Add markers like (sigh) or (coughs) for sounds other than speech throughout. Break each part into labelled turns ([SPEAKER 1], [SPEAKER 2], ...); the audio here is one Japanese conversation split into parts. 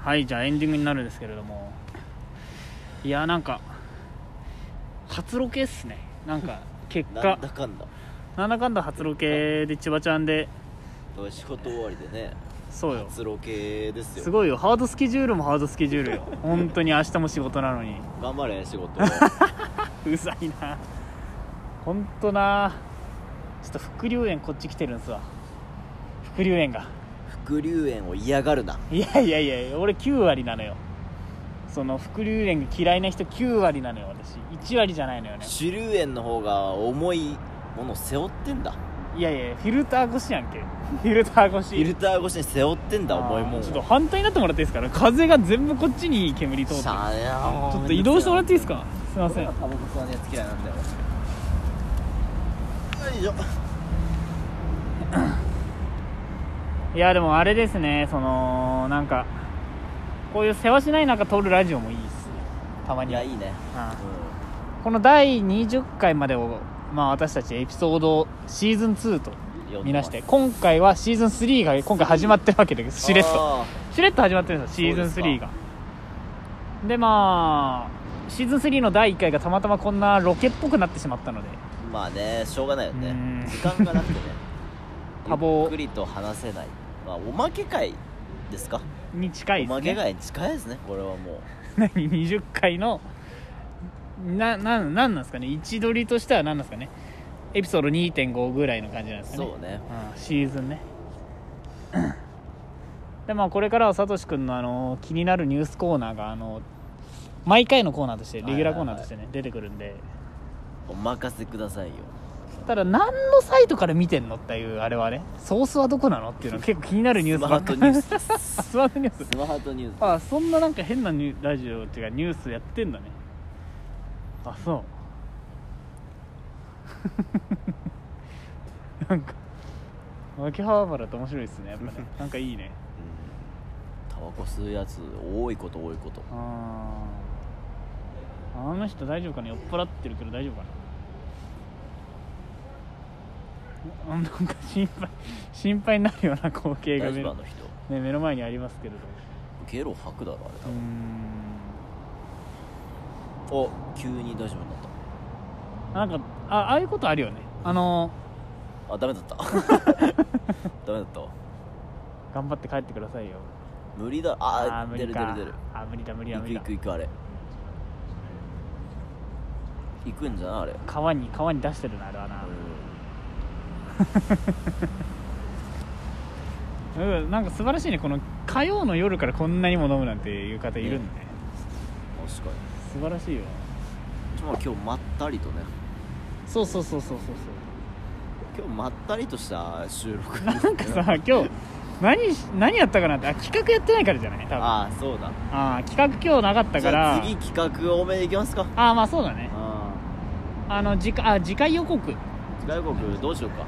[SPEAKER 1] はいじゃあエンディングになるんですけれどもいやなんか初ロケっすねなん
[SPEAKER 2] (laughs)
[SPEAKER 1] か結
[SPEAKER 2] な
[SPEAKER 1] 果
[SPEAKER 2] んだかんだ
[SPEAKER 1] なんだかんだ初ロケで千葉ちゃんで
[SPEAKER 2] 仕事終わりでね
[SPEAKER 1] そうよ
[SPEAKER 2] 初ロケですよ
[SPEAKER 1] すごいよハードスケジュールもハードスケジュールよ本当に明日も仕事なのに
[SPEAKER 2] 頑張れ仕
[SPEAKER 1] (laughs)
[SPEAKER 2] 事
[SPEAKER 1] うざいな本当なちょっと副流園こっち来てるんすわ副流園が
[SPEAKER 2] 副流煙を嫌がるない
[SPEAKER 1] やいやいや俺9割なのよその副流園が嫌いな人9割なのよ私1割じゃないのよね
[SPEAKER 2] 主流煙の方が重いものを背負ってんだ
[SPEAKER 1] いやいやフィルター越しやんけフィルター越し
[SPEAKER 2] フィルター越しに背負ってんだ重いもんを
[SPEAKER 1] あーちょっと反対になってもらっていいですかね風が全部こっちに煙通ってる
[SPEAKER 2] しゃあねえな
[SPEAKER 1] ちょっと移動してもらっていいですかすいませ
[SPEAKER 2] 俺
[SPEAKER 1] ん
[SPEAKER 2] はタバコ吸わねえやつ嫌いなんだよよいしょ
[SPEAKER 1] いやでもあれですねそのなんかこういう世話しない中撮るラジオもいいっすねたま
[SPEAKER 2] い
[SPEAKER 1] に
[SPEAKER 2] やいいね
[SPEAKER 1] あーこの第20回までをまあ私たちエピソードシーズン2と
[SPEAKER 2] うん
[SPEAKER 1] 見まして今回はシーズン3が今回始まってるわけですしれっと
[SPEAKER 2] あ
[SPEAKER 1] しれっと始まってるんですよシーズン
[SPEAKER 2] そう
[SPEAKER 1] 3
[SPEAKER 2] です
[SPEAKER 1] がでまあシーズン3の第1回がたまたまこんなロケっぽくなってしまったので
[SPEAKER 2] ーまあねしょうがないよ
[SPEAKER 1] う
[SPEAKER 2] ね
[SPEAKER 1] ん
[SPEAKER 2] 時間がなくてね
[SPEAKER 1] (laughs) 多忙
[SPEAKER 2] ゆっくりと話せないまあおまけ会ですか
[SPEAKER 1] に近い
[SPEAKER 2] お
[SPEAKER 1] です
[SPEAKER 2] ま
[SPEAKER 1] (laughs)
[SPEAKER 2] け
[SPEAKER 1] ね
[SPEAKER 2] 会に近いですねこれはも
[SPEAKER 1] 何20回のなななんなんですかね位置取りとしては何なんですかねエピソード2.5ぐらいの感じなん
[SPEAKER 2] う
[SPEAKER 1] ですかね
[SPEAKER 2] そうね
[SPEAKER 1] うんシーズンね (coughs) でまあこれからはさとしくんのあの気になるニュースコーナーがあの毎回のコーナーとしてレギュラーコーナーとしてね、出てくるんで
[SPEAKER 2] お任せくださいよ
[SPEAKER 1] ただ何のサイトから見てんのっていうあれはねソースはどこなのっていうの結構気になるニュー
[SPEAKER 2] ス
[SPEAKER 1] ス
[SPEAKER 2] マ
[SPEAKER 1] ば
[SPEAKER 2] ー
[SPEAKER 1] っか
[SPEAKER 2] ト
[SPEAKER 1] り
[SPEAKER 2] ニュースです
[SPEAKER 1] あスマートニュース
[SPEAKER 2] スマートニュース
[SPEAKER 1] あそんななんか変なニュラジオっていうかニュースやってんだねあそう (laughs) なんか秋葉原って面白いですねやっぱねなんかいいね
[SPEAKER 2] うんタバコ吸うやつ多いこと多いこと
[SPEAKER 1] あーあの人大丈夫かな酔っ払ってるけど大丈夫かなあなんか心配 (laughs) 心配になるような光景が
[SPEAKER 2] 大
[SPEAKER 1] 目
[SPEAKER 2] 丈夫
[SPEAKER 1] の
[SPEAKER 2] あの人
[SPEAKER 1] ね、目の前にありますけれど
[SPEAKER 2] ゲロ吐くだろあれ
[SPEAKER 1] うー
[SPEAKER 2] 多
[SPEAKER 1] ん
[SPEAKER 2] 分お急に大丈夫になっ
[SPEAKER 1] なんかあああいうことあるよねあの
[SPEAKER 2] たあダ
[SPEAKER 1] (laughs)
[SPEAKER 2] メだったダメだったわ
[SPEAKER 1] 頑張って帰ってくださいよ
[SPEAKER 2] 無理だ
[SPEAKER 1] あ
[SPEAKER 2] あ
[SPEAKER 1] ー無理
[SPEAKER 2] 出る
[SPEAKER 1] か
[SPEAKER 2] 出る出る
[SPEAKER 1] あー無理だ無理だ
[SPEAKER 2] 行
[SPEAKER 1] 無
[SPEAKER 2] く
[SPEAKER 1] 理だ
[SPEAKER 2] 行く行くあれ行くんじゃないあれ
[SPEAKER 1] 川に川に出してるなあれはな、うん、なんか素晴らしいねこの火曜の夜からこんなにも飲むなんていう方いるんで、ね、
[SPEAKER 2] 確かに
[SPEAKER 1] 素晴らしいよ
[SPEAKER 2] ちょっと今日まったりとね
[SPEAKER 1] そうそうそうそうそう
[SPEAKER 2] 今日まったりとした収
[SPEAKER 1] (laughs)
[SPEAKER 2] 録
[SPEAKER 1] そうなんか
[SPEAKER 2] ですね
[SPEAKER 1] さ今日何し何やったかなってあ企画やってないからじゃない多分あ
[SPEAKER 2] ああそうだ
[SPEAKER 1] あー企画今日なかったか
[SPEAKER 2] じゃ
[SPEAKER 1] ら
[SPEAKER 2] あ次企画多めでいきますか
[SPEAKER 1] ああまあそうだね
[SPEAKER 2] あ
[SPEAKER 1] あの次回あ次回予告
[SPEAKER 2] あ外国どうしようか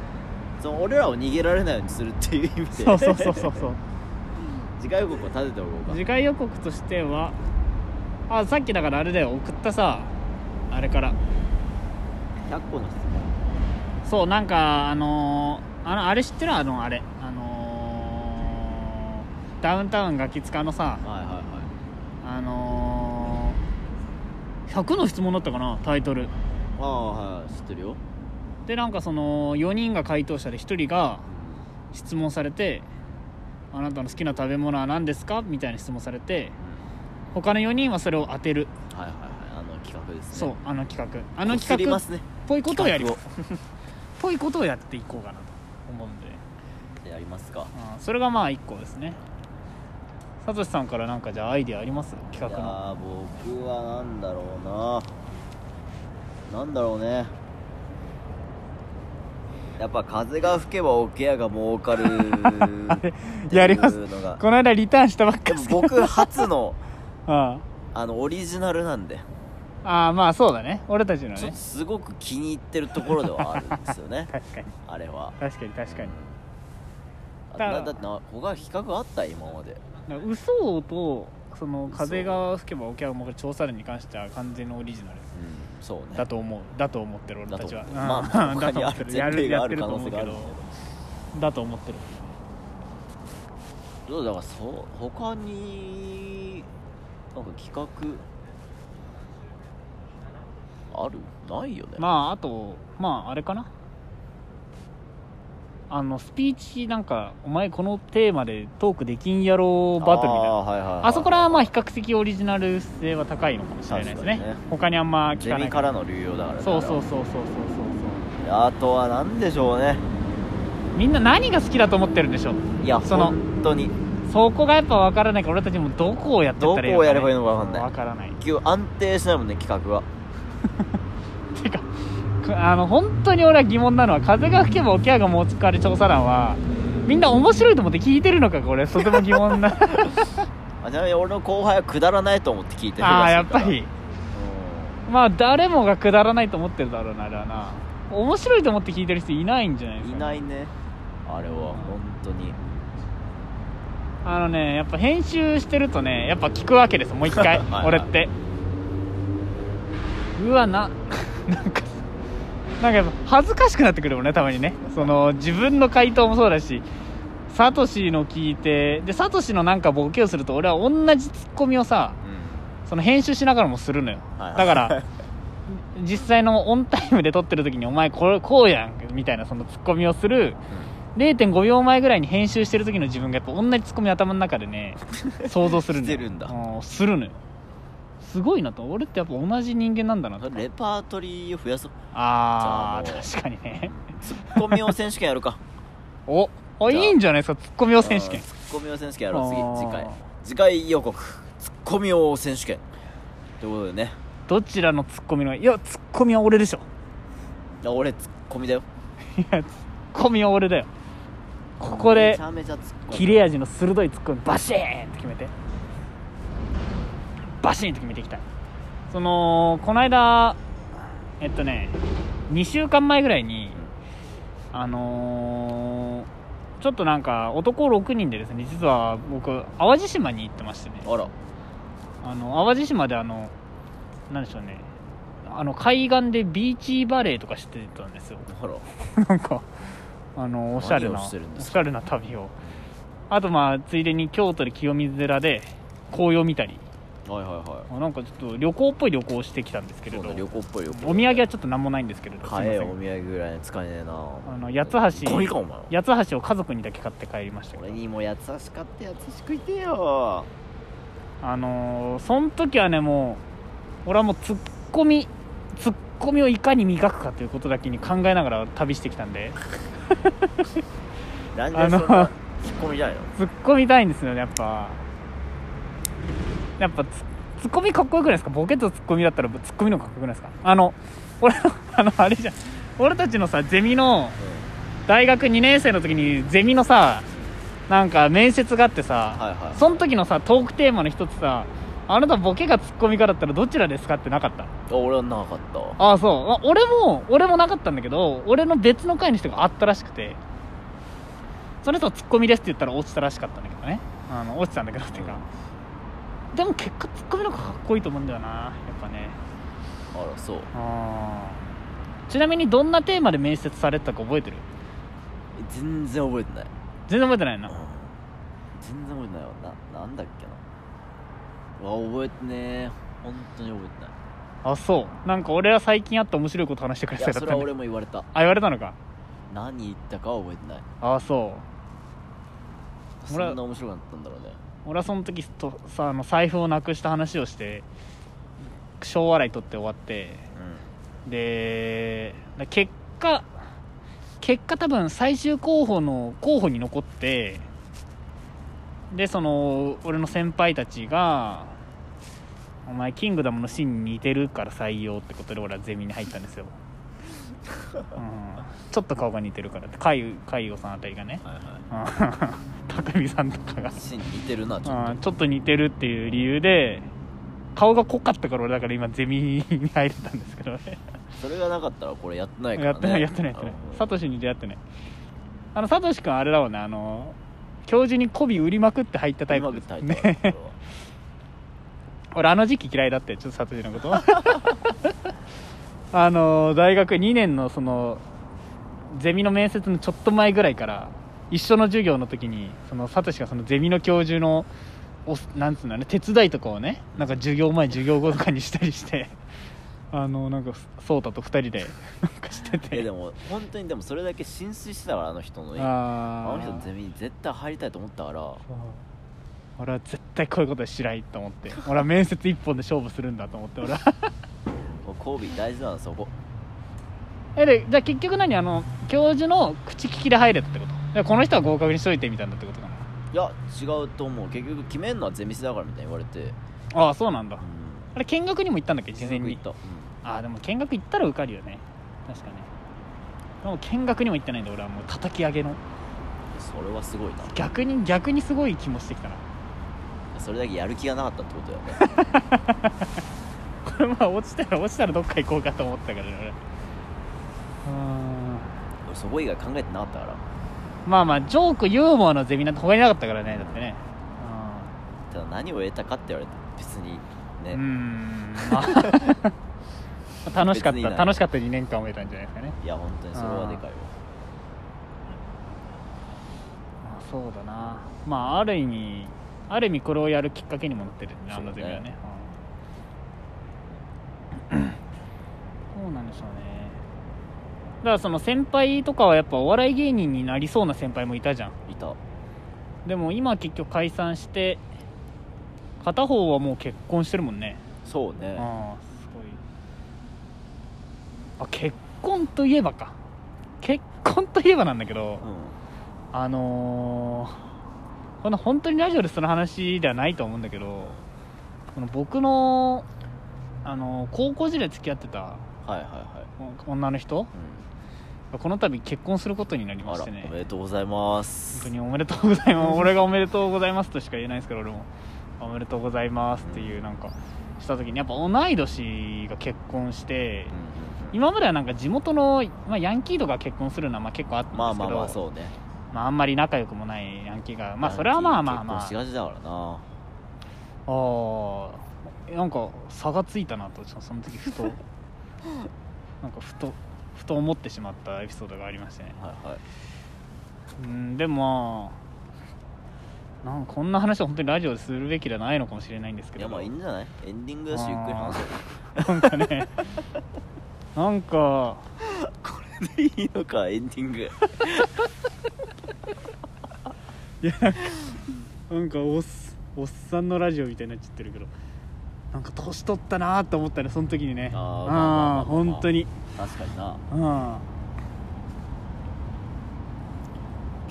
[SPEAKER 2] その俺らを逃げられないようにするっていう意味で
[SPEAKER 1] そうそうそうそうそう
[SPEAKER 2] (laughs) 次回予告を立てておこうか
[SPEAKER 1] (laughs) 次回予告としてはあさっきだからあれだよ送ったさあれから
[SPEAKER 2] 100個の質問
[SPEAKER 1] そうなんかあのーあのあれ知ってるあのあれあのーダウンタウンガキ使のさ
[SPEAKER 2] はいはいはい
[SPEAKER 1] あのー100の質問だったかなタイトル
[SPEAKER 2] ああはい知ってるよ
[SPEAKER 1] でなんかその4人が回答者で1人が質問されて「あなたの好きな食べ物は何ですか?」みたいな質問されて他の4人はそれを当てる
[SPEAKER 2] はいはいはいあの企画ですね
[SPEAKER 1] そうあの企画あ
[SPEAKER 2] あ
[SPEAKER 1] の
[SPEAKER 2] す
[SPEAKER 1] 企
[SPEAKER 2] り
[SPEAKER 1] 画
[SPEAKER 2] ま
[SPEAKER 1] っ
[SPEAKER 2] すね
[SPEAKER 1] ぽいことをやるっ
[SPEAKER 2] 企
[SPEAKER 1] ぽいことをやっていこうかなと思うんで
[SPEAKER 2] 画をやりますか
[SPEAKER 1] あーそれがまあ1個ですねさとしさんからなんかじゃあアイデアあります企
[SPEAKER 2] いや
[SPEAKER 1] 画の
[SPEAKER 2] ー僕はなんだろうななんだろうねやっぱ風が吹けば桶屋が儲かるって
[SPEAKER 1] (laughs) やります
[SPEAKER 2] いうのが
[SPEAKER 1] この間リターンしたばっか
[SPEAKER 2] で
[SPEAKER 1] り
[SPEAKER 2] も僕初の
[SPEAKER 1] あ
[SPEAKER 2] あのオリジナルなんで
[SPEAKER 1] ーあーまあそうだね俺たちの
[SPEAKER 2] ちょ
[SPEAKER 1] ね
[SPEAKER 2] っとすごく気に入ってるところではあるんです
[SPEAKER 1] (laughs)
[SPEAKER 2] よね
[SPEAKER 1] 確かに
[SPEAKER 2] あれは
[SPEAKER 1] 確かに確かに
[SPEAKER 2] あ
[SPEAKER 1] だ
[SPEAKER 2] なだってな他比較あった今ま
[SPEAKER 1] だ
[SPEAKER 2] で
[SPEAKER 1] から嘘とその風が吹けば桶はもう調査団に関しては完全のオリジナル
[SPEAKER 2] うんそうね
[SPEAKER 1] だと思うだと思ってる俺たちは
[SPEAKER 2] だ
[SPEAKER 1] うん
[SPEAKER 2] と思うまあ
[SPEAKER 1] だ
[SPEAKER 2] 他に
[SPEAKER 1] と思ってるや
[SPEAKER 2] ある前提
[SPEAKER 1] る
[SPEAKER 2] が
[SPEAKER 1] や
[SPEAKER 2] あ
[SPEAKER 1] って
[SPEAKER 2] る
[SPEAKER 1] る
[SPEAKER 2] 可
[SPEAKER 1] と
[SPEAKER 2] 能
[SPEAKER 1] 思
[SPEAKER 2] 性
[SPEAKER 1] う
[SPEAKER 2] があ
[SPEAKER 1] け
[SPEAKER 2] る
[SPEAKER 1] どだと思ってる
[SPEAKER 2] そうだからそう他になんか企画あるないよね
[SPEAKER 1] まああとまああれかなあのスピーチなんかお前このテーマでトークできんやろバトルみたいな
[SPEAKER 2] あーはいはいはい
[SPEAKER 1] あそこらはまあ比較的オリジナル性は高いのかもしれないですね
[SPEAKER 2] 確かにね
[SPEAKER 1] 他にあんま聞
[SPEAKER 2] ゼ
[SPEAKER 1] かな
[SPEAKER 2] ミ
[SPEAKER 1] い
[SPEAKER 2] からの流用だからね
[SPEAKER 1] そうそうそうそう
[SPEAKER 2] あ
[SPEAKER 1] そうそうそ
[SPEAKER 2] れはあとは何でしょうね
[SPEAKER 1] うみんな何が好きだと思ってるんでしょう
[SPEAKER 2] いや
[SPEAKER 1] その
[SPEAKER 2] 本当に
[SPEAKER 1] そこがやっぱ分からないから俺たちもどこをやってったらいい
[SPEAKER 2] どこをやればいいのか
[SPEAKER 1] わ
[SPEAKER 2] 分かんない
[SPEAKER 1] 分からない
[SPEAKER 2] 結局安定しないもんね企画は
[SPEAKER 1] てかくあの本当に俺は疑問なのは風が吹けば沖合が持ち帰る調査団はみんな面白いと思って聞いてるのかこれとても疑問な
[SPEAKER 2] あちなみに俺の後輩はくだらないと思って聞いてる
[SPEAKER 1] ああや
[SPEAKER 2] ら
[SPEAKER 1] っ
[SPEAKER 2] しいか
[SPEAKER 1] ぱ
[SPEAKER 2] ら
[SPEAKER 1] りまあ誰もがくだらないと思ってるだろうなあれはな面白いと思って聞いてる人いないんじゃないで
[SPEAKER 2] う
[SPEAKER 1] す
[SPEAKER 2] ん
[SPEAKER 1] か
[SPEAKER 2] いないねあれは本当に
[SPEAKER 1] あのねやっぱ編集してるとねやっぱ聞くわけですもう一回
[SPEAKER 2] はいはい
[SPEAKER 1] 俺ってうわな (laughs) なんかなんかやっぱ恥ずかしくなってくるもんねたまにねその自分の回答もそうだしサトシの聞いてでサトシのなんかボケをすると俺は同じツッコミをさ
[SPEAKER 2] う
[SPEAKER 1] その編集しながらもするのよ、
[SPEAKER 2] はいはい
[SPEAKER 1] だから
[SPEAKER 2] (laughs)
[SPEAKER 1] 実際のオンタイムで撮ってる時にお前これこうやんみたいなそのツッコミをする0.5秒前ぐらいに編集してる時の自分がやっぱ同じツッコミ頭の中で
[SPEAKER 2] (laughs)
[SPEAKER 1] ね想像するんだよ
[SPEAKER 2] してるんだ
[SPEAKER 1] うするのよすごいなと俺ってやっぱ同じ人間なんだなと
[SPEAKER 2] んレパートリーを増やそう
[SPEAKER 1] あ
[SPEAKER 2] じゃあ
[SPEAKER 1] ー
[SPEAKER 2] もう
[SPEAKER 1] 確かにね
[SPEAKER 2] ツッコミを選手権やるか
[SPEAKER 1] おあい
[SPEAKER 2] じゃあ
[SPEAKER 1] いんじゃないですかツッコミ王選手
[SPEAKER 2] う
[SPEAKER 1] 権
[SPEAKER 2] んツッコミを選手権やろう次
[SPEAKER 1] あー
[SPEAKER 2] 次回次回予告ツッコミを選手権ということでね
[SPEAKER 1] どちらのツッコミのいやツッコミは俺でしょ
[SPEAKER 2] いや俺ツッコミだよ
[SPEAKER 1] いやツッコミは俺だよここで
[SPEAKER 2] めちゃめちゃツッコミ
[SPEAKER 1] 切れ味の鋭いツッコミバシーンと決めてバシーンと決めていきたいそのこの間えっとね2週間前ぐらいにあのーちょっとなんか男6人でですね実は僕淡路島に行ってましてね
[SPEAKER 2] あら
[SPEAKER 1] あの淡路島であのなんでしょうねあの海岸でビーチバレーとかしてたんですよ
[SPEAKER 2] あら
[SPEAKER 1] なんかあのおしゃれな
[SPEAKER 2] 何をしてるん
[SPEAKER 1] お
[SPEAKER 2] です
[SPEAKER 1] しゃれな旅をあとまあついでに京都で清水寺で紅葉見たり
[SPEAKER 2] はいはいは
[SPEAKER 1] あなんかちょっと旅行っぽい旅行をしてきたんですけ
[SPEAKER 2] い
[SPEAKER 1] れ
[SPEAKER 2] そ
[SPEAKER 1] ど
[SPEAKER 2] うね旅行っぽい旅行
[SPEAKER 1] お土産はちょっと何もないんですけれどすいま
[SPEAKER 2] 買え
[SPEAKER 1] せ
[SPEAKER 2] よお土
[SPEAKER 1] ん
[SPEAKER 2] 産ぐらい使えねえな
[SPEAKER 1] あの八つ橋
[SPEAKER 2] ゴミかお前は
[SPEAKER 1] 八つ橋を家族にだけ買って帰りましたけ
[SPEAKER 2] 俺
[SPEAKER 1] ど
[SPEAKER 2] にもやつし買ってやつし食いてえよ
[SPEAKER 1] あのーその時はねもう俺はもうツッコミツッコミをいかに磨くかということだけに考えながら旅してきたんで
[SPEAKER 2] なん
[SPEAKER 1] あ
[SPEAKER 2] で
[SPEAKER 1] の
[SPEAKER 2] そんな引っ込みじゃない
[SPEAKER 1] 突
[SPEAKER 2] の
[SPEAKER 1] っ込みたいんですよねやっぱやっぱツツッコミかっこよくないですかボケとツッコミだったらツッコミの方がかっこよくないですかあの俺の (laughs) あのあれじゃん俺たちのさゼミの大学2年生の時にゼミのさなんか面接があってさ、
[SPEAKER 2] はいはい
[SPEAKER 1] その時のさトークテーマの一つさあなたボケかツッコミかだったらどちらですかってなかった
[SPEAKER 2] あ俺はなかったわ
[SPEAKER 1] ああそうあ俺も俺もなかったんだけど俺の別の回の人があったらしくてその人はツッコミですって言ったら落ちたらしかったんだけどねあの落ちたんだけどっていうか、でも結果ツッコミの方がかっこいいと思うんだよなやっぱね
[SPEAKER 2] あらそう
[SPEAKER 1] うんちなみにどんなテーマで面接されてたか覚えてる
[SPEAKER 2] 全然覚えてない
[SPEAKER 1] 全然覚えてないな
[SPEAKER 2] 全然覚えてないわななんだっけなうわ覚えてねえ本当に覚えてない
[SPEAKER 1] あそうなんか俺は最近あった面白いこと話してくれ
[SPEAKER 2] い
[SPEAKER 1] そう
[SPEAKER 2] や
[SPEAKER 1] だっ
[SPEAKER 2] そ
[SPEAKER 1] た
[SPEAKER 2] れ
[SPEAKER 1] んだ
[SPEAKER 2] は俺も言われた
[SPEAKER 1] あ言われたのか
[SPEAKER 2] 何言ったかは覚えてない
[SPEAKER 1] ああそう
[SPEAKER 2] そ
[SPEAKER 1] 俺は
[SPEAKER 2] んな面白かったんだろうね
[SPEAKER 1] 俺はその時とさあの財布をなくした話をして小笑い取って終わってでだ結果結果多分最終候補の候補に残ってでその俺の先輩たちが「お前キングダムのシーンに似てるから採用」ってことで俺はゼミに入ったんですよ、うん、ちょっと顔が似てるからって海海王さんあたりがね
[SPEAKER 2] うんはいは
[SPEAKER 1] うん匠さんとかが
[SPEAKER 2] いシーン似てるなちょっ
[SPEAKER 1] うんちょっと似てるっていう理由で顔が濃かったから俺だから今ゼミに入れたんですけどね
[SPEAKER 2] とそれがなかったらこれやってないから
[SPEAKER 1] や
[SPEAKER 2] ね
[SPEAKER 1] ってないやってないやってないサトシに出会ってないあのサトシ君あれだもんねあの教授に媚び売りまくって入ったタイ
[SPEAKER 2] うま
[SPEAKER 1] プ
[SPEAKER 2] く
[SPEAKER 1] です
[SPEAKER 2] タイ
[SPEAKER 1] ね (laughs)
[SPEAKER 2] トルは
[SPEAKER 1] 俺あの時期嫌いだってちょっとサトシのこと (laughs) あの大学2年のそのゼミの面接のちょっと前ぐらいから一緒の授業の時にそのサトシがそのゼミの教授のおなんつうんだろうね手伝いとかをねなんか授業前授業後とかにしたりしてあのなんか颯太と二人でなんかして
[SPEAKER 2] いやで
[SPEAKER 1] て
[SPEAKER 2] も本当にでもそれだけ浸水してたからあの人のねあ
[SPEAKER 1] あ
[SPEAKER 2] の人の
[SPEAKER 1] ー
[SPEAKER 2] ゼミに絶対入りたいと思ったから
[SPEAKER 1] そう俺は絶対こういうことはしないと思 (laughs) って俺は面接一本で勝負するんだと思って俺は (laughs)
[SPEAKER 2] もうコービー大事なのそこ
[SPEAKER 1] えでじゃあ結局何あの教授の口利きで入れたってことでこの人は合格にしといてみたいなってことかない
[SPEAKER 2] や違うと思う結局決めんのはゼミ生だからみたいに言われて
[SPEAKER 1] ああそうなんだ
[SPEAKER 2] うん
[SPEAKER 1] あれ見学にも行ったんだっけ事前に
[SPEAKER 2] 行った、う
[SPEAKER 1] ああでも見学行ったら受かるよね確かねでも見学にも行ってないんで俺はもう叩き上げの
[SPEAKER 2] ん、それはすごいな
[SPEAKER 1] 逆に逆にすごい気もしてきたな
[SPEAKER 2] それだけやる気がなかったってことだよね
[SPEAKER 1] (laughs) これまあ落ちたら落ちたらどっか行こうかと思ったからね俺うーん
[SPEAKER 2] 俺そこ以外考えてなかったから
[SPEAKER 1] まあまあジョークユーモアのゼミなんて他になかったからねだってね
[SPEAKER 2] ただ何を得たかって言われて別に
[SPEAKER 1] う
[SPEAKER 2] ね、
[SPEAKER 1] ーんまあ (laughs) 楽しかっ
[SPEAKER 2] 別に
[SPEAKER 1] た
[SPEAKER 2] ない
[SPEAKER 1] 楽しかった2年間を得たんじゃないですかね
[SPEAKER 2] いや本当にそれはでかいわ
[SPEAKER 1] まあそうだなまあある意味ある意味これをやるきっかけにもなってるねあのゼミはね (clears throat) うんそうなんでしょうねだからその先輩とかはやっぱお笑い芸人になりそうな先輩もいたじゃん
[SPEAKER 2] いた
[SPEAKER 1] でも今結局解散して片方はもう結婚してるもんね
[SPEAKER 2] そう
[SPEAKER 1] あ
[SPEAKER 2] ね
[SPEAKER 1] あすごいあ結婚といえばか結婚といえばなんだけど、
[SPEAKER 2] う
[SPEAKER 1] あのー、この本当にラジオでその話ではないと思うんだけどこの僕の、あのー高校時代付き合ってた
[SPEAKER 2] んはいはいはい
[SPEAKER 1] 女の人
[SPEAKER 2] う
[SPEAKER 1] がこの度結婚することになり
[SPEAKER 2] ん、
[SPEAKER 1] ま
[SPEAKER 2] あ
[SPEAKER 1] し
[SPEAKER 2] ら
[SPEAKER 1] てね
[SPEAKER 2] おめでとうございま
[SPEAKER 1] 本
[SPEAKER 2] す
[SPEAKER 1] 当におめでとうござい
[SPEAKER 2] (laughs)
[SPEAKER 1] ます俺がおめでとうございますとしか言えないですけど俺もおめでとうございますっていうなんかした時にやっぱ同い年が結婚して
[SPEAKER 2] うんうんうん
[SPEAKER 1] 今まではなんか地元の、まあ、ヤンキーとか結婚するのはまあ結構あったんですけど
[SPEAKER 2] まあまあまあそうね
[SPEAKER 1] まあ、あんまり仲良くもないヤンキーがまあそれはまあまあまあ
[SPEAKER 2] 結構しがちだか
[SPEAKER 1] あ
[SPEAKER 2] らな
[SPEAKER 1] あなんか差がついたなとちょっとその時ふ
[SPEAKER 2] (laughs)
[SPEAKER 1] となんかふとふと思ってしまったエピソードがありましてね
[SPEAKER 2] はいはい
[SPEAKER 1] うんでもまあなんかこんな話は本当にラジオでするべきではないのかもしれないんですけ
[SPEAKER 2] い
[SPEAKER 1] ど
[SPEAKER 2] やまあいいんじゃないエンディングだしゆっくり話そう
[SPEAKER 1] なんかねなんか
[SPEAKER 2] (laughs) いいのかエンディング
[SPEAKER 1] (laughs) なんかおっおっさんのラジオみたいになっちゃってるけどなんか年取ったなーと思ったねその時にね
[SPEAKER 2] あーまあまあまあまあ
[SPEAKER 1] ああー本当に
[SPEAKER 2] 確かにな
[SPEAKER 1] うん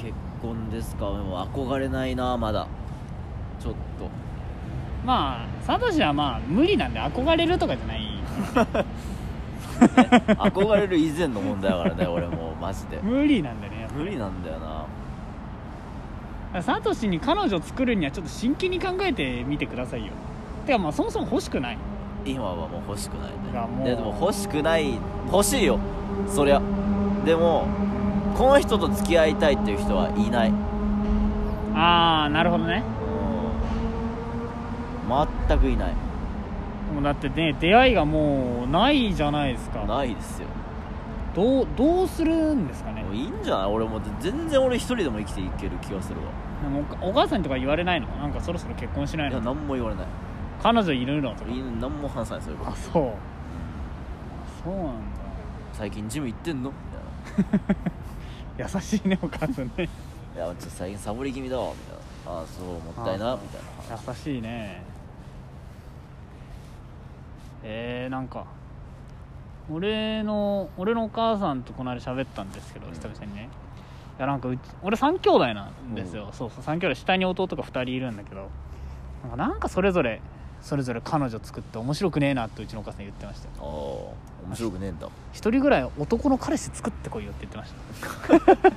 [SPEAKER 2] 結婚ですかでも憧れないなまだちょっ
[SPEAKER 1] (laughs)
[SPEAKER 2] と
[SPEAKER 1] まあサトシはまあ無理なんで憧れるとかじゃない
[SPEAKER 2] 憧れる以前の問題だからね俺もうマジで
[SPEAKER 1] 無理なんだねやっぱ
[SPEAKER 2] 無理なんだよな
[SPEAKER 1] サトシに彼女を作るにはちょっと真剣に考えてみてくださいよてかまあそもそも欲しくない
[SPEAKER 2] 今はもう欲しくない
[SPEAKER 1] いやも
[SPEAKER 2] ね
[SPEAKER 1] う
[SPEAKER 2] いやでも欲しくない欲しいよそりゃでもこの人と付き合いたいっていう人はいない
[SPEAKER 1] ああなるほどね
[SPEAKER 2] うん全くいない
[SPEAKER 1] もうだってね出会いがもうないじゃないですか
[SPEAKER 2] ないですよ
[SPEAKER 1] どうどうするんですかね
[SPEAKER 2] もういいんじゃない俺もう全然俺一人でも生きていける気がするわ
[SPEAKER 1] でもおお母さんとか言われないのなんかそろそろ結婚しない
[SPEAKER 2] いや
[SPEAKER 1] の
[SPEAKER 2] 何も言われない
[SPEAKER 1] 彼女いるのとか
[SPEAKER 2] いい何も話さないそういうこと
[SPEAKER 1] あそうそうなんだ
[SPEAKER 2] 最近ジム行ってんのみたいな
[SPEAKER 1] 優しいねお母さんね
[SPEAKER 2] いやちょっと最近サボり気味だわみたいなああそうもったいな
[SPEAKER 1] あ
[SPEAKER 2] みたいな話
[SPEAKER 1] 優しいねえー、なんか俺の俺のお母さんとこの間喋ったんですけど
[SPEAKER 2] うん
[SPEAKER 1] 久々にね、いやなんかうち俺3兄弟なんですよ、そうそう3兄弟下に弟が2人いるんだけどなんかなんかそれぞれそれぞれ彼女作って面白くねえなってうちのお母さん言ってましたよ
[SPEAKER 2] ああ面白くねえんだ
[SPEAKER 1] 一人ぐらい男の彼氏作ってこいよって言ってました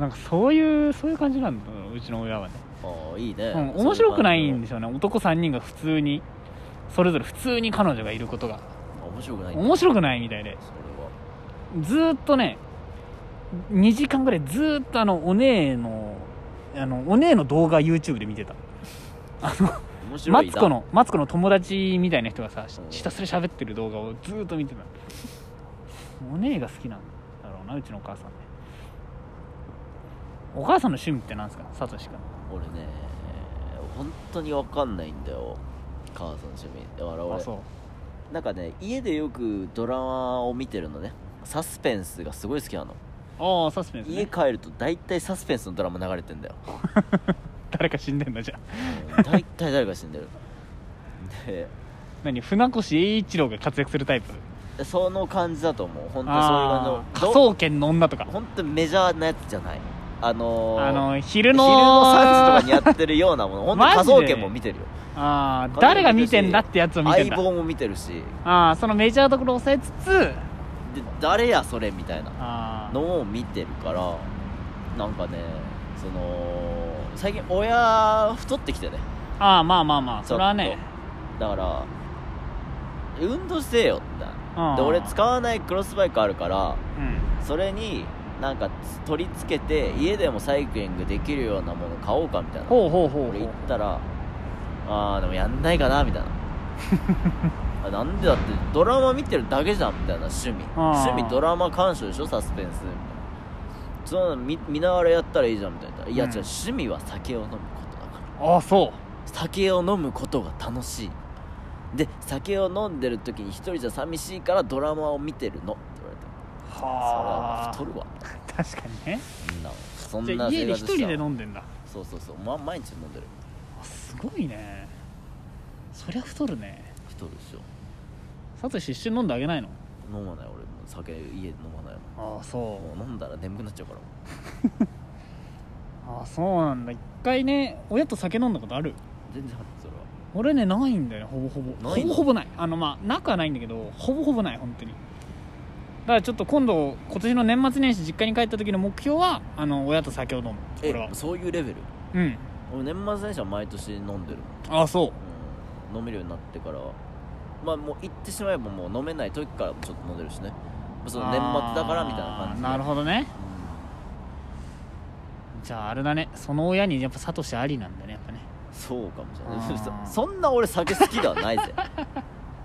[SPEAKER 1] なんかそういうそういう感じなんだうちの親はね
[SPEAKER 2] ああいいね、
[SPEAKER 1] うん、面白くないんですすよね男3人が普通にそれぞれ普通に彼女がいることが
[SPEAKER 2] 面白くないんだ
[SPEAKER 1] 面白くないみたいで
[SPEAKER 2] それは
[SPEAKER 1] ずーっとね2時間ぐらいずーっとあのお姉のあのお姉の動画 YouTube で見てた
[SPEAKER 2] 面白
[SPEAKER 1] マ
[SPEAKER 2] いな
[SPEAKER 1] ツコのマツコの友達みたいな人がさ
[SPEAKER 2] うん
[SPEAKER 1] ひたすら喋ってる動画をずーっと見てたお姉が好きなんだろうなうちのお母さんねお母さんの趣味ってなんですかサトシ君
[SPEAKER 2] 俺ね本当に分かんないんだよ母さんの趣味だから
[SPEAKER 1] あ
[SPEAKER 2] 俺
[SPEAKER 1] そう
[SPEAKER 2] なんかね家でよくドラマを見てるのねサスペンスがすごい好きなの
[SPEAKER 1] ああサスペンス
[SPEAKER 2] 家
[SPEAKER 1] ね
[SPEAKER 2] 帰ると大体サスペンスのドラマ流れ
[SPEAKER 1] (laughs)
[SPEAKER 2] てんだよ
[SPEAKER 1] 誰か死んでんだじゃあ
[SPEAKER 2] うん大体誰か死んでるで
[SPEAKER 1] 何船越英一郎が活躍するタイプ
[SPEAKER 2] その感じだと思う本当にそういう感じ
[SPEAKER 1] あ
[SPEAKER 2] の
[SPEAKER 1] あ科捜研の女とか
[SPEAKER 2] 本当にメジャーなやつじゃないあのー
[SPEAKER 1] あの
[SPEAKER 2] 昼
[SPEAKER 1] 昼の
[SPEAKER 2] の3時とかにやってるよう
[SPEAKER 1] (laughs)
[SPEAKER 2] なもの本当に
[SPEAKER 1] マ
[SPEAKER 2] 科
[SPEAKER 1] ジで
[SPEAKER 2] 捜研も見てるよ
[SPEAKER 1] ああ誰が見てんだってやつを見てん
[SPEAKER 2] 相
[SPEAKER 1] だ
[SPEAKER 2] 棒も見てるし
[SPEAKER 1] ああそのメジャーどころを抑えつつ
[SPEAKER 2] で誰やそれみたいな
[SPEAKER 1] ああ
[SPEAKER 2] のを見てるからなんかねその最近親太ってきてね
[SPEAKER 1] ああまあまあまあそれは
[SPEAKER 2] ちょ
[SPEAKER 1] ね
[SPEAKER 2] っとだから運動してよって
[SPEAKER 1] うん
[SPEAKER 2] で俺使わないクロスバイクあるから
[SPEAKER 1] うん
[SPEAKER 2] それになんかつ取り付けて家でもサイクリングできるようなもの買おうかみたいな
[SPEAKER 1] ほうほうほう
[SPEAKER 2] 俺
[SPEAKER 1] ほ
[SPEAKER 2] 行っ
[SPEAKER 1] う
[SPEAKER 2] たらああでもやんないかなみ
[SPEAKER 1] (laughs)
[SPEAKER 2] たいなあなんでだってドラマ見てるだけじゃんみたいな趣味
[SPEAKER 1] あー
[SPEAKER 2] 趣味ドラマ鑑賞でしょサスペンスみたいなそんなの見見ながらやったらいいじゃんみたいないや、
[SPEAKER 1] うん
[SPEAKER 2] 違う趣味は酒を飲むことだから
[SPEAKER 1] ああそう
[SPEAKER 2] 酒を飲むことが楽しいで酒を飲んでる時に一人じゃ寂しいからドラマを見てるのって言われてそれは
[SPEAKER 1] はあ
[SPEAKER 2] 太るわ
[SPEAKER 1] (laughs) 確かにね
[SPEAKER 2] そんなそん
[SPEAKER 1] じゃ
[SPEAKER 2] な
[SPEAKER 1] あ家で一人で
[SPEAKER 2] ん
[SPEAKER 1] 飲んでんだ
[SPEAKER 2] そうそうそう、ま、毎日飲んでる
[SPEAKER 1] あすごいねそりゃ太るね
[SPEAKER 2] 太るでしょ
[SPEAKER 1] サトシ一緒に飲んであげないの
[SPEAKER 2] 飲まない俺もう酒家で飲まない
[SPEAKER 1] ああそ
[SPEAKER 2] もんもう飲んだら眠くなっちゃうから
[SPEAKER 1] ああそうなんだ一回ね親と酒飲んだことある
[SPEAKER 2] 全然あるそれは
[SPEAKER 1] 俺ねないんだよねほぼほぼ
[SPEAKER 2] な
[SPEAKER 1] ほ
[SPEAKER 2] いの
[SPEAKER 1] ぼほぼないあのまあなくはないんだけどほぼほぼない本当にだからちょっと今度今年の年末年始実家に帰った時の目標はあの親と酒を飲む俺は
[SPEAKER 2] えそういうレベル
[SPEAKER 1] うん
[SPEAKER 2] 俺年末年始は毎年飲んでるも
[SPEAKER 1] ああそ
[SPEAKER 2] ん、うん、飲めるようになってからまあもう行ってしまえばもう飲めない時からもちょっと飲んでるしね
[SPEAKER 1] う
[SPEAKER 2] その年末だからみたいな感じ
[SPEAKER 1] あーなる
[SPEAKER 2] ほ
[SPEAKER 1] ほどねじゃああれだねその親にやっぱサトシありなんだねやっぱね
[SPEAKER 2] そうかもしれ
[SPEAKER 1] あ
[SPEAKER 2] ない
[SPEAKER 1] ー
[SPEAKER 2] (laughs) そそんな俺酒好きではない
[SPEAKER 1] (laughs)
[SPEAKER 2] ぜ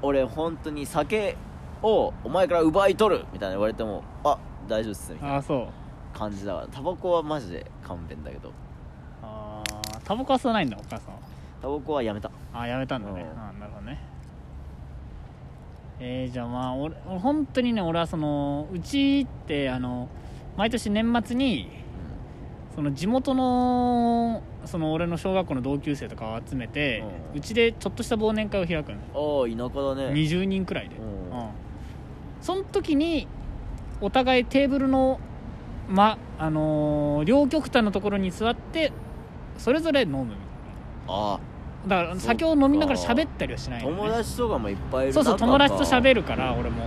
[SPEAKER 2] 俺本当に酒をお前から奪い取るみたいな言われてもあ大丈夫っすみたいな
[SPEAKER 1] ああそう
[SPEAKER 2] 感じだからタバコはマジで勘弁だけど
[SPEAKER 1] ああタバコは吸わないんだお母さんは
[SPEAKER 2] タバコはやめた
[SPEAKER 1] ああやめたんだね
[SPEAKER 2] うん
[SPEAKER 1] ああなるほどねえー、じゃあまあ俺俺本当にね俺はそのうちってあの毎年年末にその地元のその俺の小学校の同級生とかを集めて
[SPEAKER 2] うん
[SPEAKER 1] うちでちょっとした忘年会を開くの
[SPEAKER 2] ああ田舎だね
[SPEAKER 1] 20人くらいで、
[SPEAKER 2] う
[SPEAKER 1] うんんその時にお互いテーブルの、まあのー両極端のところに座ってそれぞれ飲むみたい
[SPEAKER 2] あ
[SPEAKER 1] なだから酒を飲みながら喋ったりはし
[SPEAKER 2] あ
[SPEAKER 1] ないのね
[SPEAKER 2] 友達とかもいっぱいいる
[SPEAKER 1] そうそう友達と喋
[SPEAKER 2] る
[SPEAKER 1] るから俺も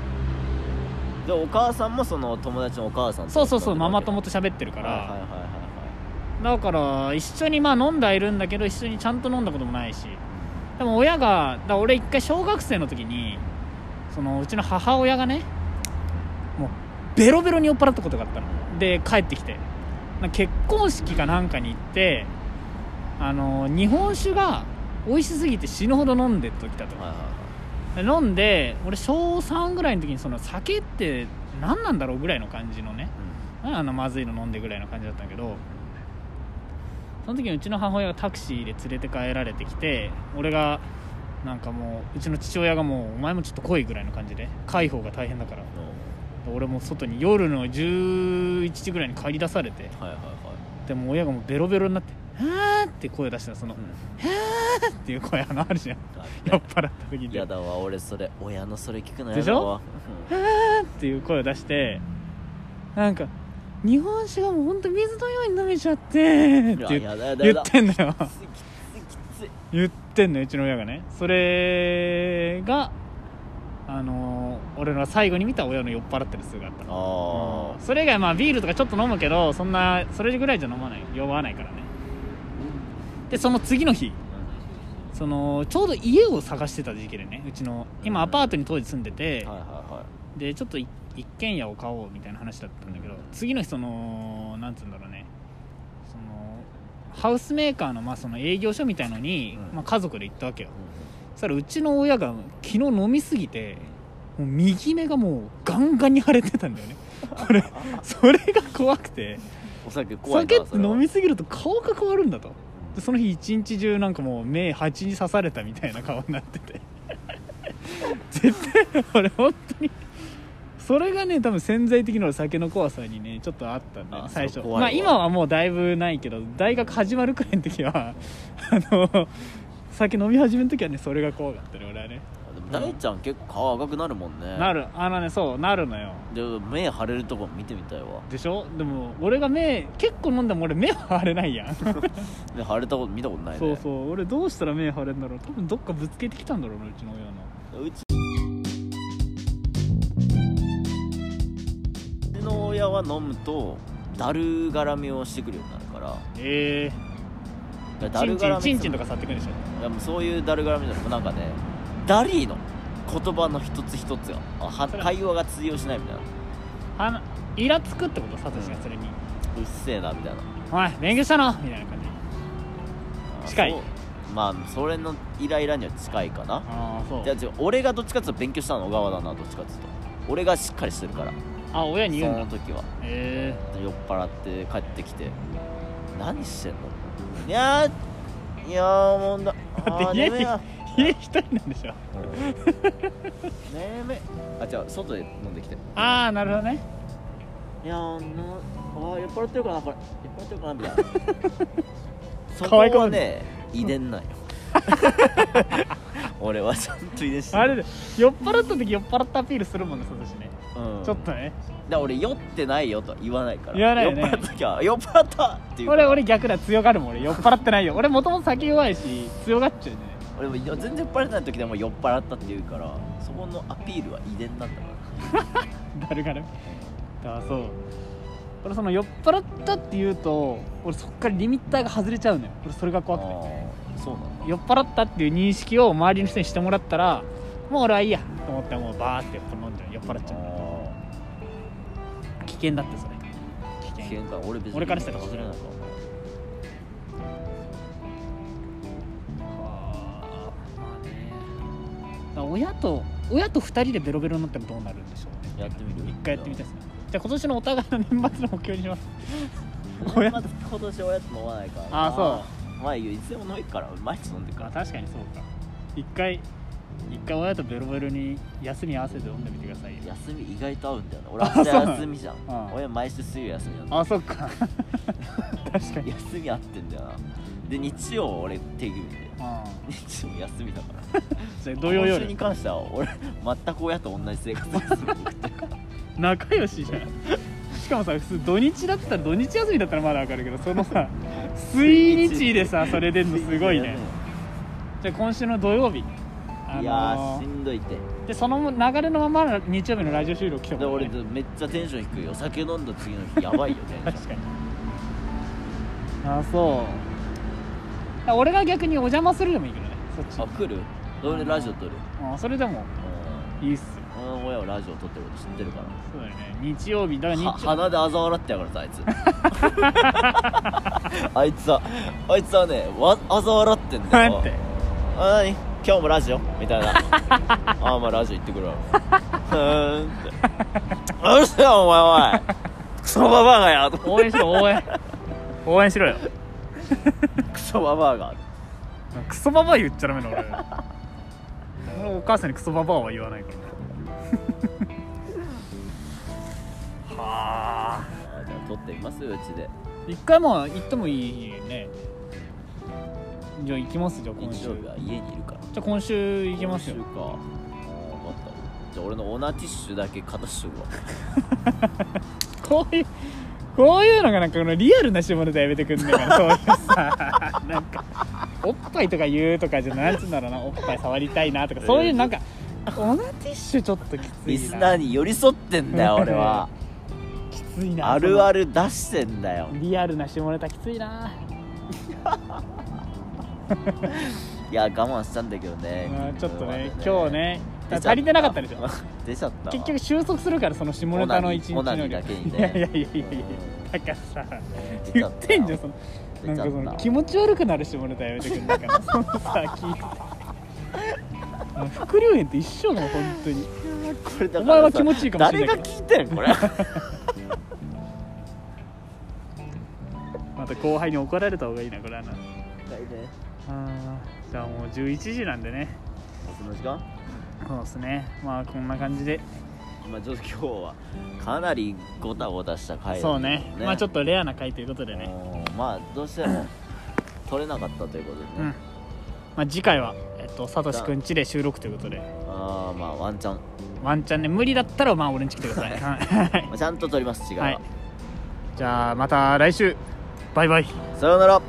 [SPEAKER 2] でお母さんもその友達のお母さんと
[SPEAKER 1] そうそうそう
[SPEAKER 2] な
[SPEAKER 1] マ
[SPEAKER 2] んか
[SPEAKER 1] マ友と喋ってるから、
[SPEAKER 2] はいはいはいはいはい
[SPEAKER 1] だから一緒にまあ飲んではいるんだけど一緒にちゃんと飲んだこともないしでも親がだから俺一回小学生の時にそのうちの母親がねもうベロベロに酔っ払ったことがあったので帰ってきてなんか結婚式かなんかに行ってあの日本酒が美味しすぎて死ぬほど飲んでた時だと
[SPEAKER 2] はいはい
[SPEAKER 1] で飲んで俺小3ぐらいの時にその酒って何なんだろうぐらいの感じのねなんかあのまずいの飲んでぐらいの感じだったんだけどその時にうちの母親がタクシーで連れて帰られてきて俺がなんかもううちの父親がもうお前もちょっと来いぐらいの感じで介抱が大変だから
[SPEAKER 2] うんうん
[SPEAKER 1] 俺も外に夜の11時ぐらいに帰り出されて
[SPEAKER 2] はいはいはい
[SPEAKER 1] でも親がもうベロベロになって「はーって声出したのそ (laughs) の「はーっていう声あのあるじゃん
[SPEAKER 2] うん
[SPEAKER 1] 酔っ払った時に
[SPEAKER 2] やだわ俺それ親のそれ聞くの
[SPEAKER 1] で
[SPEAKER 2] や
[SPEAKER 1] し
[SPEAKER 2] だ
[SPEAKER 1] ょ
[SPEAKER 2] わ
[SPEAKER 1] っていう声を出してなんか日本酒がもうほんと水のように飲めちゃってっ
[SPEAKER 2] (laughs) うんい
[SPEAKER 1] て
[SPEAKER 2] や
[SPEAKER 1] 言っ
[SPEAKER 2] やだやだや
[SPEAKER 1] 言
[SPEAKER 2] だ
[SPEAKER 1] ってんだよ
[SPEAKER 2] きついきついきつい
[SPEAKER 1] 言ってんのようちの親がねそれがあのー俺の最後に見た親の酔っ払ってる姿
[SPEAKER 2] ああ
[SPEAKER 1] うんそれ以外まあビールとかちょっと飲むけどそんなそれぐらいじゃ飲まない酔わないからねでその次の日そのちょうど家を探してた時期でねうちの今アパートに当時住んでて、
[SPEAKER 2] はいはいは
[SPEAKER 1] でちょっとい一軒家を買おうみたいな話だったんだけど次の日そのなんつうんだろうねそのハウスメーカーのまあその営業所みたいのに、
[SPEAKER 2] うん
[SPEAKER 1] まあ、家族で行ったわけよ
[SPEAKER 2] い
[SPEAKER 1] そしたらうちの親が昨日飲みすぎてもう右目がもうガンガンに腫れてたんだよねこれそれが怖くて
[SPEAKER 2] お酒怖いな
[SPEAKER 1] 酒って
[SPEAKER 2] それは
[SPEAKER 1] 飲みすぎると顔が変わるんだとでその日一日中なんかもう目蜂に刺されたみたいな顔になってて (laughs) 絶対俺本当にそれがね多分潜在的な俺酒の怖さにねちょっとあったんだよ
[SPEAKER 2] あ
[SPEAKER 1] 最初
[SPEAKER 2] それ怖いわ
[SPEAKER 1] まあ今はもうだいぶないけど大学始まるくらいの時は (laughs) あの酒飲み始めの時はねそれが怖かったね俺はね
[SPEAKER 2] あでも大ちゃん結構顔赤くなるもんね
[SPEAKER 1] なるあのねそうなるのよ
[SPEAKER 2] で目腫れるとこ見てみたいわ
[SPEAKER 1] でしょでも俺が目結構飲んでも俺目は腫れないやん
[SPEAKER 2] で腫れたこと見たことないね
[SPEAKER 1] そうそう俺どうしたら目腫れるんだろう多分どっかぶつけてきたんだろうなうちの親の
[SPEAKER 2] うちうちの親は飲むとだるがらみをしてくるようになるから
[SPEAKER 1] ええ
[SPEAKER 2] だるがらみ
[SPEAKER 1] チンチンとか触ってくるでしょ
[SPEAKER 2] いやもうそういうだるがらみじゃなくてなんかねダリーの言葉の一つ一つがあは会話が通用しないみたいな
[SPEAKER 1] あのイラつくってことサトシがそれに「
[SPEAKER 2] うっせえなみたいな
[SPEAKER 1] おい勉強したの?」みたいな感じ
[SPEAKER 2] あ
[SPEAKER 1] 近い
[SPEAKER 2] そうまあそれのイライラには近いかな
[SPEAKER 1] ああそ
[SPEAKER 2] じゃ
[SPEAKER 1] う
[SPEAKER 2] あ違う俺がどっちかっていうと勉強したの小川だなどっちかっていうと俺がしっかりしてるから
[SPEAKER 1] あ親
[SPEAKER 2] そ
[SPEAKER 1] に言うん
[SPEAKER 2] の
[SPEAKER 1] だ
[SPEAKER 2] 時は
[SPEAKER 1] え
[SPEAKER 2] 酔っ払って帰ってきて何してんのいやーいやーもうだ
[SPEAKER 1] え (laughs)
[SPEAKER 2] あー
[SPEAKER 1] 家
[SPEAKER 2] 眠い
[SPEAKER 1] に
[SPEAKER 2] な
[SPEAKER 1] 家一人なんでしょ
[SPEAKER 2] 眠いあ違う外で飲んできて
[SPEAKER 1] ああなるほどね
[SPEAKER 2] いやーなあー酔っ払ってるかなこれ酔っ払ってるかなみたいな
[SPEAKER 1] (laughs)
[SPEAKER 2] そこ
[SPEAKER 1] 可愛くな
[SPEAKER 2] は
[SPEAKER 1] る
[SPEAKER 2] ね遺
[SPEAKER 1] (laughs)
[SPEAKER 2] 伝なんよ俺はちゃんと遺伝してる
[SPEAKER 1] あれで酔っ払った時酔っ払ったアピールするもんねサトシね
[SPEAKER 2] うん
[SPEAKER 1] ちょっとね
[SPEAKER 2] だから俺酔ってないよとは言わないから
[SPEAKER 1] 言わないよね
[SPEAKER 2] 酔っ払った時は酔っ払ったっていうから
[SPEAKER 1] 俺俺逆だ強がるもん俺酔っ払ってないよ俺もともと酒弱いし強がっちゃうね
[SPEAKER 2] 俺も全然酔っ払ってない時でも酔っ払ったって言うからそこのアピールは遺伝なんだか
[SPEAKER 1] だるがらみあそう俺その酔っ払ったって言うと俺そっからリミッターが外れちゃうのよ俺それが
[SPEAKER 2] ら
[SPEAKER 1] 怖くて
[SPEAKER 2] あーそうなんだ
[SPEAKER 1] 酔っ払ったっていう認識を周りの人にしてもらったらもう俺はいいやと思ってもうバーってこれ飲んじゃう酔っ払っちゃ
[SPEAKER 2] あ
[SPEAKER 1] う危険だってそれ危
[SPEAKER 2] ー
[SPEAKER 1] 険
[SPEAKER 2] 危険か俺別に
[SPEAKER 1] 俺からしたら
[SPEAKER 2] 外れないか
[SPEAKER 1] はあまあねだから親と親と2人でベロベロになってもどうなるんでしょうね
[SPEAKER 2] やってみる
[SPEAKER 1] 一回やってみたいですねじゃあ今年のお互いの年末の目標にします
[SPEAKER 2] おやつ今年おやつ飲まないからな
[SPEAKER 1] あーそ
[SPEAKER 2] まあいいよいつでも飲めるから俺毎日飲んでるか
[SPEAKER 1] あ
[SPEAKER 2] ら
[SPEAKER 1] 確かにそうか一回一回親とベロベロに休み合わせて飲んでみてくださいよ
[SPEAKER 2] 休み意外と合うんだよね俺
[SPEAKER 1] あそう
[SPEAKER 2] 明日休みじゃん
[SPEAKER 1] うん
[SPEAKER 2] 俺毎週水曜休みなんだ
[SPEAKER 1] あそっか確かに
[SPEAKER 2] 休み合ってんだよなで日曜俺定休日で
[SPEAKER 1] あ
[SPEAKER 2] 日曜休みだから
[SPEAKER 1] じゃあ土曜
[SPEAKER 2] 今週に
[SPEAKER 1] 夜
[SPEAKER 2] 関しては俺全く親と同じ生活をする
[SPEAKER 1] 仲良しじゃんしかもさ普通土日だったら土日休みだったらまだわかるけどそのさ水日でさそれ出んのすごいねじゃあ今週の土曜日あ
[SPEAKER 2] いや
[SPEAKER 1] の
[SPEAKER 2] ーしんどいって
[SPEAKER 1] ーでその流れのまま日曜日のラジオ収録来て
[SPEAKER 2] で
[SPEAKER 1] もら
[SPEAKER 2] 俺
[SPEAKER 1] ね
[SPEAKER 2] めっちゃテンション低いお酒飲んだ次の日やばいよね
[SPEAKER 1] (laughs) 確かにあそうあ俺が逆にお邪魔するでもいいけどねそっち
[SPEAKER 2] あ来る俺ラジオ撮る
[SPEAKER 1] あそれでもいいっすよ
[SPEAKER 2] うん俺の親はラジオ撮ってること知ってるから
[SPEAKER 1] そうだよね日曜日だから日
[SPEAKER 2] は
[SPEAKER 1] 曜
[SPEAKER 2] 鼻で嘲笑ってやがるさあい
[SPEAKER 1] (laughs)
[SPEAKER 2] つあいつはあいつはねわ嘲笑ってんだよ
[SPEAKER 1] なんて
[SPEAKER 2] あ何今日もラジオみたい
[SPEAKER 1] (laughs)
[SPEAKER 2] なあまあラジオ行ってくるわふーんってうるせえよお前おいクソババアがやと思っ
[SPEAKER 1] 応援しろ応援応援しろよ
[SPEAKER 2] てクソババアが
[SPEAKER 1] クソババア言っちゃダメな俺俺お母さんにクソババアは言わないからねはあ
[SPEAKER 2] あじゃあ撮ってみますうちで
[SPEAKER 1] 一回まあ行ってもいいねじゃあ行きますじゃあ今
[SPEAKER 2] 日
[SPEAKER 1] 週
[SPEAKER 2] 曜日は家にいるから
[SPEAKER 1] じゃあ今週行きますよ
[SPEAKER 2] 今週かあー分かったじゃあ俺のオナティッシュだけ片しとくわ
[SPEAKER 1] こういうこういうのがなんかこのリアルな下ネタやめてくんねえからそういう
[SPEAKER 2] (laughs)
[SPEAKER 1] さなんかおっぱいとか言うとかじゃなんつうんだろうなおっぱい触りたいなとかそういうなんかオナティッシュちょっときつ
[SPEAKER 2] リ
[SPEAKER 1] い
[SPEAKER 2] スナー
[SPEAKER 1] な
[SPEAKER 2] に寄り添ってんだよ俺は
[SPEAKER 1] きつ (laughs) いな
[SPEAKER 2] あるあ
[SPEAKER 1] る
[SPEAKER 2] る出してんだよ
[SPEAKER 1] リアルな下ネタきついない
[SPEAKER 2] や我慢したんだけどね
[SPEAKER 1] うんちょっとね今日ね
[SPEAKER 2] 出ちゃ
[SPEAKER 1] 足りてなかったでしょ
[SPEAKER 2] (laughs) 出ちゃった
[SPEAKER 1] 結局収束するからその下ネタの一日の
[SPEAKER 2] オナニーオナニーだけにね
[SPEAKER 1] いやいやいやいやいやだからさ
[SPEAKER 2] 出ち
[SPEAKER 1] 言
[SPEAKER 2] ゃ
[SPEAKER 1] っ (laughs)
[SPEAKER 2] った
[SPEAKER 1] てんじゃんそのな
[SPEAKER 2] 出
[SPEAKER 1] ん
[SPEAKER 2] ち
[SPEAKER 1] か
[SPEAKER 2] ゃ
[SPEAKER 1] そ
[SPEAKER 2] っ
[SPEAKER 1] の
[SPEAKER 2] た
[SPEAKER 1] 気持ち悪くなる下ネタやめてくんだから (laughs) そのさ聞いてあの副流炎って一緒なの本当に
[SPEAKER 2] これだから
[SPEAKER 1] お (laughs) 前は気持ちいいかもしれないけど
[SPEAKER 2] 誰が聞いてんこれ
[SPEAKER 1] 後輩に怒られた方がいいなこれはなあーじゃあもう11時なんでね
[SPEAKER 2] おその時間
[SPEAKER 1] そうですねまあこんな感じで、
[SPEAKER 2] まあちょっと今日はかなりゴタゴタした回だった
[SPEAKER 1] そうねまあちょっとレアな回ということでね
[SPEAKER 2] うんまあどうしても取れなかったということ
[SPEAKER 1] うん
[SPEAKER 2] でね、
[SPEAKER 1] まあ、次回は、えっと、さとしくんちで収録ということで
[SPEAKER 2] ああまあワンチャン、
[SPEAKER 1] ワンチャンね無理だったらまあ俺に来てくださいはい (laughs)
[SPEAKER 2] まあ、ちゃんと取ります違う、
[SPEAKER 1] はいじゃあまた来週バイバイ
[SPEAKER 2] さようなら